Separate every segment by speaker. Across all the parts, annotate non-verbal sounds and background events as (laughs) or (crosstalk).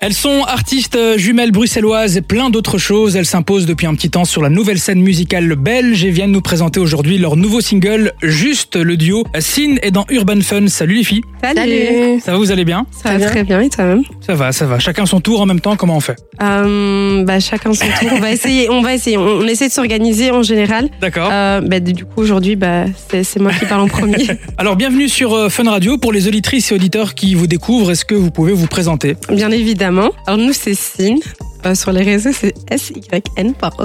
Speaker 1: Elles sont artistes euh, jumelles bruxelloises et plein d'autres choses. Elles s'imposent depuis un petit temps sur la nouvelle scène musicale belge et viennent nous présenter aujourd'hui leur nouveau single, Juste le duo. Cine est dans Urban Fun. Salut les filles.
Speaker 2: Salut.
Speaker 1: Ça va, vous allez bien
Speaker 2: Ça va très bien et toi-même
Speaker 1: Ça va, ça va. Chacun son tour en même temps, comment on fait
Speaker 2: Euh, bah, Chacun son tour. On va essayer. On va essayer. On, on essaie de s'organiser en général.
Speaker 1: D'accord.
Speaker 2: Euh, bah, du coup, aujourd'hui, bah, c'est c'est moi qui parle en (laughs) premier.
Speaker 1: Alors bienvenue sur euh, Fun Radio. Pour les auditrices et auditeurs qui vous découvrent, est-ce que vous pouvez vous présenter
Speaker 2: Bien évidemment. Alors nous, c'est Syn. Euh, sur les réseaux, c'est syn.off.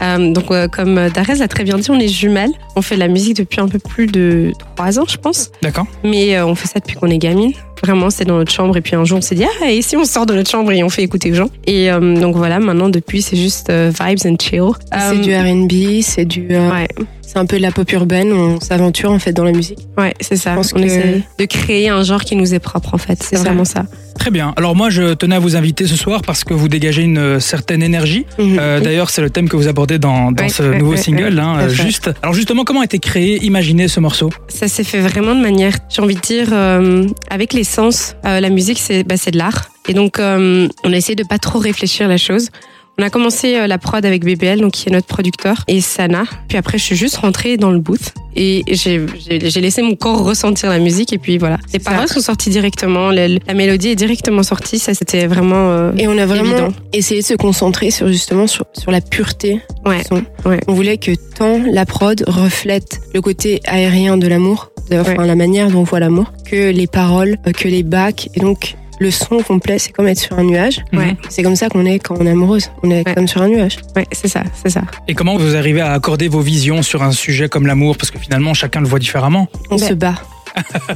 Speaker 2: Euh, donc, euh, comme Darès l'a très bien dit, on est jumelles. On fait de la musique depuis un peu plus de trois ans, je pense.
Speaker 1: D'accord.
Speaker 2: Mais euh, on fait ça depuis qu'on est gamine. Vraiment, c'est dans notre chambre. Et puis un jour, on s'est dit, ah, et si on sort de notre chambre et on fait écouter aux gens Et euh, donc voilà, maintenant, depuis, c'est juste euh, vibes and chill.
Speaker 3: Ah, C'est
Speaker 2: Euh,
Speaker 3: du R&B, c'est du, euh,
Speaker 2: Ouais,
Speaker 3: c'est un peu de la pop urbaine. On s'aventure en fait dans la musique.
Speaker 2: ouais c'est ça.
Speaker 3: Je pense
Speaker 2: on
Speaker 3: que-
Speaker 2: essaie de créer un genre qui nous est propre, en fait. C'est
Speaker 3: ça.
Speaker 2: vraiment ça.
Speaker 1: Très bien. Alors moi, je tenais à vous inviter ce soir parce que vous dégagez une euh, certaine énergie. Euh, D'ailleurs, c'est le thème que vous abordez dans, dans
Speaker 2: Ouais,
Speaker 1: ce
Speaker 2: ouais,
Speaker 1: nouveau
Speaker 2: ouais,
Speaker 1: single. hein,
Speaker 2: tout à
Speaker 1: euh,
Speaker 2: fait.
Speaker 1: juste. Alors justement, comment a été créé, imaginé ce morceau
Speaker 2: Ça s'est fait vraiment de manière, j'ai envie de dire, euh, avec les sens. Euh, la musique, c'est bah, c'est de l'art. Et donc, euh, on a essayé de pas trop réfléchir à la chose. On a commencé euh, la prod avec BBL, donc qui est notre producteur, et Sana. Puis après, je suis juste rentrée dans le booth et j'ai j'ai- j'ai laissé mon corps ressentir la musique. Et puis voilà, les
Speaker 3: C'est ça.
Speaker 2: paroles sont sorties directement, le- la mélodie est directement sortie. Ça, c'était vraiment. euh,
Speaker 3: Et on a vraiment
Speaker 2: Évident.
Speaker 3: essayé de se concentrer sur justement sur, sur la pureté
Speaker 2: Ouais,
Speaker 3: du son.
Speaker 2: ouais.
Speaker 3: On voulait que tant la prod reflète le côté aérien de l'amour, de- enfin la manière dont on voit l'amour, que les paroles, euh, que les bacs, et donc le son complet, c'est comme être sur un nuage.
Speaker 2: ouais,
Speaker 3: C'est comme ça qu'on est quand on est amoureuse. On est
Speaker 2: Ouais.
Speaker 3: comme sur un nuage.
Speaker 2: ouais, c'est ça, c'est ça. (laughs)
Speaker 1: Et comment vous arrivez à accorder vos visions sur un sujet comme l'amour Parce que finalement, chacun le voit
Speaker 2: (laughs)
Speaker 1: différemment.
Speaker 3: On
Speaker 2: Ouais.
Speaker 3: se bat.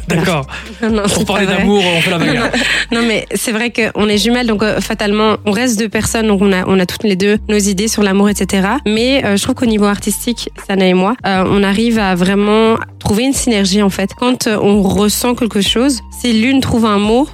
Speaker 1: D'accord.
Speaker 2: Non, non, c'est
Speaker 1: Pour parler
Speaker 2: pas vrai.
Speaker 1: d'amour, on fait la
Speaker 2: (laughs)
Speaker 1: bagarre.
Speaker 2: Non mais c'est vrai qu'on est jumelles donc euh, fatalement on reste deux personnes donc on a on a toutes les deux nos idées sur l'amour etc. Mais euh, je trouve qu'au niveau artistique Sana et moi euh, on arrive à vraiment trouver une synergie en fait. Quand euh, on ressent quelque chose si l'une trouve un mot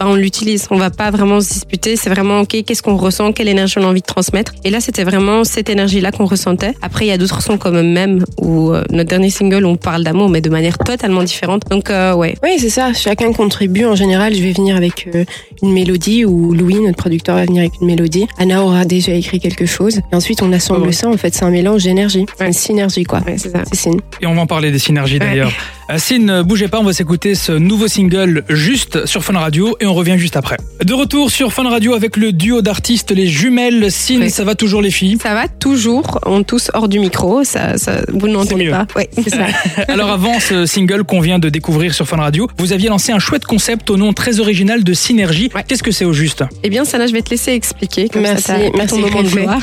Speaker 2: bah, on l'utilise, on va pas vraiment se disputer, c'est vraiment ok, qu'est-ce qu'on ressent, quelle énergie on a envie de transmettre. Et là, c'était vraiment cette énergie-là qu'on ressentait. Après, il y a d'autres sons comme même, ou euh, notre dernier single, on parle d'amour, mais de manière totalement différente. Donc, euh, ouais,
Speaker 3: Oui, c'est ça. Chacun contribue. En général, je vais venir avec euh, une mélodie ou Louis, notre producteur, va venir avec une mélodie. Anna aura déjà écrit quelque chose. Et ensuite, on assemble
Speaker 2: Oh.
Speaker 3: ça. En fait, c'est un mélange d'énergie. C'est
Speaker 2: Ouais.
Speaker 3: une synergie, quoi.
Speaker 2: ouais c'est ça.
Speaker 3: C'est signe.
Speaker 1: Et on va en parler des synergies d'ailleurs. Euh, Si ne bougez pas, on va s'écouter ce nouveau single juste sur Fun Radio et on revient juste après. De retour sur Fun Radio avec le duo d'artistes les jumelles Sin,
Speaker 2: Oui.
Speaker 1: ça va toujours les filles.
Speaker 2: Ça va toujours, on tousse hors du micro, ça, ça, vous ne
Speaker 1: mieux.
Speaker 2: l'entendez pas. Ouais, c'est
Speaker 3: (laughs)
Speaker 2: ça.
Speaker 1: Alors avant ce single qu'on vient de découvrir sur Fun Radio, vous aviez lancé un chouette concept au nom très original de synergie.
Speaker 2: Ouais.
Speaker 1: Qu'est-ce que c'est au juste
Speaker 2: eh bien, Sana, je vais te laisser expliquer. Comme
Speaker 3: Merci,
Speaker 2: ça, t'as- t'as
Speaker 3: merci,
Speaker 2: ton moment de
Speaker 3: Chris.
Speaker 2: gloire.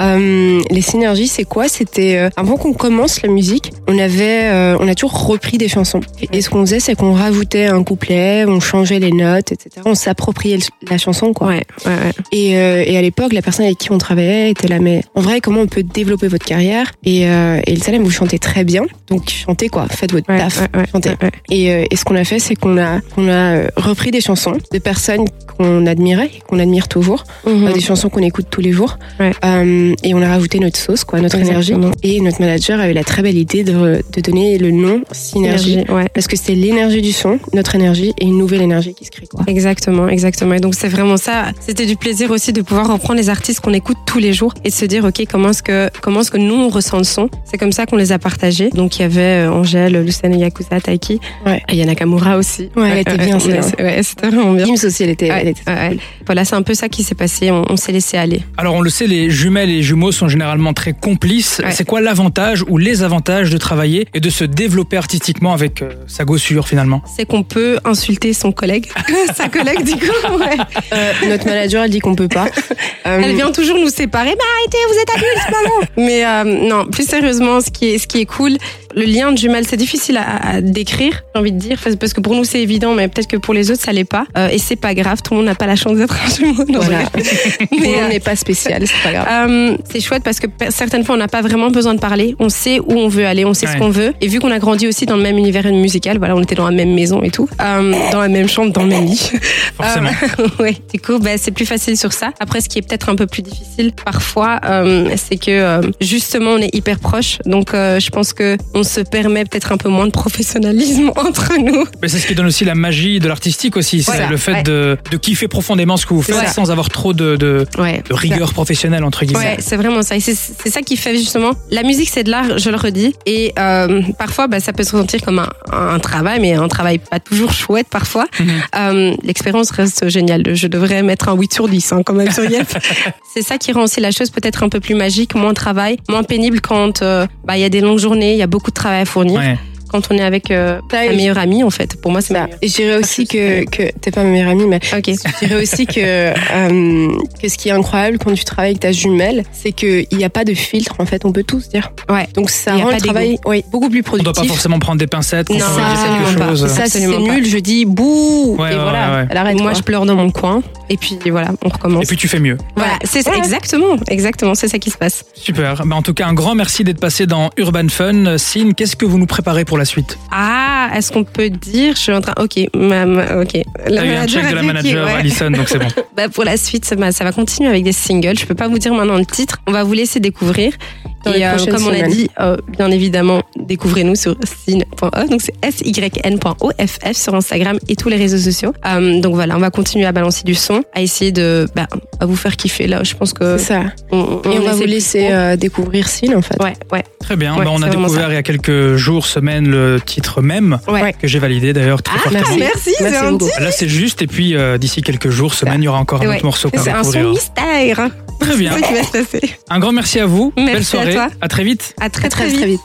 Speaker 3: Euh, les synergies, c'est quoi C'était euh, avant qu'on commence la musique, on avait, euh, on a toujours repris des chansons. Et ce qu'on faisait, c'est qu'on rajoutait un couplet, on changeait les notes, etc. On s'appropriait le- la chanson, quoi.
Speaker 2: Ouais, ouais, ouais.
Speaker 3: Et, euh, et à l'époque, la personne avec qui on travaillait était là, mais en vrai, comment on peut développer votre carrière Et, euh, et il disait, là, mais vous chantez très bien, donc chantez quoi, faites votre
Speaker 2: ouais,
Speaker 3: taf.
Speaker 2: ouais, ouais,
Speaker 3: chanter.
Speaker 2: ouais, ouais.
Speaker 3: Et, euh, et ce qu'on a fait, c'est qu'on a, qu'on a euh, repris des chansons de personnes qu'on admirait, qu'on admire toujours, euh, des chansons qu'on écoute tous les jours,
Speaker 2: Mm. Ouais.
Speaker 3: Euh, et on a rajouté notre sauce, quoi, notre énergie.
Speaker 2: Exactement.
Speaker 3: Et notre manager a eu la très belle idée de, de donner le nom synergie.
Speaker 2: Énergie, ouais.
Speaker 3: Parce que c'était l'énergie du son, notre énergie et une nouvelle énergie qui se crée. Quoi.
Speaker 2: Exactement, exactement. Et donc c'est vraiment ça. C'était du plaisir aussi de pouvoir reprendre les artistes qu'on écoute tous les jours et de se dire ok comment est-ce que comment est-ce que nous on ressent le son. C'est comme ça qu'on les a partagés. Donc il y avait euh, Angèle, Lucien Yakuza, Taiki,
Speaker 3: Ouais.
Speaker 2: et Yanakamura aussi.
Speaker 3: Ouais, elle était bien,
Speaker 2: ouais,
Speaker 3: celle-là.
Speaker 2: c'est- ouais, c'était vraiment bien.
Speaker 3: Gims aussi, elle était,
Speaker 2: Ouais,
Speaker 3: elle était
Speaker 2: ouais, ouais. Euh, Voilà, c'est un peu ça qui s'est passé. On, on s'est laissé aller.
Speaker 1: Alors on le sait, les jumelles et jumeaux sont généralement très complices.
Speaker 2: Ouais.
Speaker 1: C'est quoi l'avantage ou les avantages de travailler et de se développer artistiquement avec euh, sa gossure finalement
Speaker 2: C'est qu'on peut insulter son collègue, (laughs) sa collègue du coup. ouais.
Speaker 3: Euh, notre manager, elle dit qu'on
Speaker 2: (laughs)
Speaker 3: peut pas. Euh,
Speaker 2: Elle vient toujours nous séparer. Bah arrêtez, vous êtes adultes, maman. Mais euh, non, plus sérieusement, ce qui est ce qui est cool, le lien de jumelles, c'est difficile à, à décrire. J'ai envie de dire parce- parce que pour nous c'est évident, mais peut-être que pour les autres ça l'est pas. Euh, et c'est pas grave, tout le monde n'a pas la chance d'être un jumeau. Non,
Speaker 3: Voilà.
Speaker 2: je rigole.
Speaker 3: Tout
Speaker 2: (laughs)
Speaker 3: le
Speaker 2: Mais,
Speaker 3: monde
Speaker 2: euh,
Speaker 3: n'est pas spécial, c'est pas grave.
Speaker 2: Euh, c'est chouette parce que pe- certaines fois on n'a pas vraiment besoin de parler, on sait où on veut aller, on sait
Speaker 1: Ouais.
Speaker 2: ce qu'on veut. Et vu qu'on a grandi aussi dans le même univers musical, voilà, on était dans la même maison et tout, euh, dans la même chambre, dans le même lit. (laughs)
Speaker 1: Forcément.
Speaker 2: Euh, ouais. Du coup, bah, c'est plus facile sur ça. Après, ce qui est peut-être un peu plus difficile parfois, euh, c'est que euh, justement on est hyper proche, donc euh, je pense que on se permet peut-être un peu moins de professionnalisme (laughs) entre nous.
Speaker 1: Mais c'est ce qui donne aussi la magie de l'artistique aussi, c'est
Speaker 2: Voilà,
Speaker 1: le fait
Speaker 2: ouais.
Speaker 1: de, de kiffer profondément ce que vous faites
Speaker 2: Voilà.
Speaker 1: sans avoir trop de, de-
Speaker 2: Ouais.
Speaker 1: de rigueur professionnelle entre guillemets.
Speaker 2: Ouais, c'est vraiment ça. Et c'est c'est ça qui fait justement. La musique, c'est de l'art, je le redis. Et euh, parfois, bah, ça peut se ressentir comme un, un travail, mais un travail pas toujours chouette parfois.
Speaker 1: Mhm.
Speaker 2: Euh, L'expérience reste géniale. Je devrais mettre un 8 sur 10 hein, quand même sur Yelp.
Speaker 1: (laughs)
Speaker 2: c'est ça qui rend aussi la chose peut-être un peu plus magique, moins de travail, moins pénible quand euh, bah, il y a des longues journées, il y a beaucoup de travail à fournir.
Speaker 1: Ouais.
Speaker 2: Quand on est avec euh,
Speaker 3: Ça,
Speaker 2: un
Speaker 3: et-
Speaker 2: meilleur ami, en fait, pour moi, c'est ma
Speaker 3: Bah, et je dirais
Speaker 2: Ah,
Speaker 3: aussi que, que t'es pas ma meilleure amie, mais
Speaker 2: Ok.
Speaker 3: je dirais aussi que,
Speaker 2: (laughs)
Speaker 3: euh, que ce qui est incroyable quand tu travailles avec ta jumelle, c'est qu'il n'y a pas de filtre, en fait, on peut tout se dire.
Speaker 2: Ouais.
Speaker 3: Donc ça
Speaker 2: Il y a
Speaker 3: rend
Speaker 2: pas
Speaker 3: le travail oui, beaucoup plus
Speaker 1: On
Speaker 3: productif.
Speaker 1: doit pas forcément prendre des pincettes quand
Speaker 2: Non,
Speaker 1: on veut dire quelque
Speaker 2: absolument
Speaker 1: chose.
Speaker 2: pas.
Speaker 3: Ça, si c'est
Speaker 2: Absolument pas.
Speaker 3: nul, je dis bouh
Speaker 1: Ouais,
Speaker 3: Et
Speaker 1: ouais,
Speaker 3: voilà,
Speaker 1: ouais, ouais.
Speaker 3: elle arrête.
Speaker 2: Moi,
Speaker 3: quoi.
Speaker 2: je pleure dans mon coin. Et puis voilà, on recommence.
Speaker 1: Et puis tu fais mieux.
Speaker 2: Voilà, c'est ça,
Speaker 3: Ouais.
Speaker 2: exactement, exactement, c'est ça qui se passe.
Speaker 1: Super. Bah, en tout cas, un grand merci d'être passé dans Urban Fun. Sine, qu'est-ce que vous nous préparez pour la suite
Speaker 2: Ah, est-ce qu'on peut dire, je suis en train, ok, ma- ma- ok. La
Speaker 1: T'as eu Ah un
Speaker 2: manager
Speaker 1: check de la
Speaker 2: a dit qu'il-
Speaker 1: manager
Speaker 2: ouais.
Speaker 1: Alison, donc
Speaker 2: (laughs)
Speaker 1: c'est bon.
Speaker 2: Bah, pour la suite, ça va- ça va continuer avec des singles. Je peux pas vous dire maintenant le titre. On va vous laisser découvrir.
Speaker 3: Dans les
Speaker 2: Et euh,
Speaker 3: prochaines
Speaker 2: comme on a
Speaker 3: semaines.
Speaker 2: dit, euh, bien évidemment, découvrez-nous sur syn.o, donc c'est s-y-n.o-f-f sur Instagram et tous les réseaux sociaux. Euh, donc voilà, on va continuer à balancer du son, à essayer de bah, à vous faire kiffer là. Je pense que
Speaker 3: C'est ça.
Speaker 2: on,
Speaker 3: Et on, va
Speaker 2: essaie
Speaker 3: vous
Speaker 2: plus
Speaker 3: laisser
Speaker 2: trop.
Speaker 3: euh, découvrir Cine, en fait.
Speaker 2: Ouais, ouais,
Speaker 1: Très bien.
Speaker 2: Ouais,
Speaker 1: Bah, on a
Speaker 2: c'est vraiment
Speaker 1: découvert il y a quelques jours, semaines, le titre même,
Speaker 2: ouais. Ah.
Speaker 1: que j'ai validé d'ailleurs très fortement.
Speaker 3: Merci.
Speaker 2: Merci, c'est
Speaker 3: Merci
Speaker 2: gentil.
Speaker 3: beaucoup.
Speaker 1: Là, c'est juste. Et puis, euh, d'ici quelques jours, semaines, il y aura encore un
Speaker 2: Ouais.
Speaker 1: autre morceau qu'on
Speaker 2: C'est un
Speaker 1: découvrira.
Speaker 2: son mystère.
Speaker 1: Très bien.
Speaker 2: C'est ça qui va se passer.
Speaker 1: Un grand merci à vous.
Speaker 2: Merci
Speaker 1: Belle
Speaker 2: à
Speaker 1: soirée.
Speaker 2: toi.
Speaker 1: à très vite.
Speaker 2: À très
Speaker 3: Très,
Speaker 2: très vite.
Speaker 3: très vite.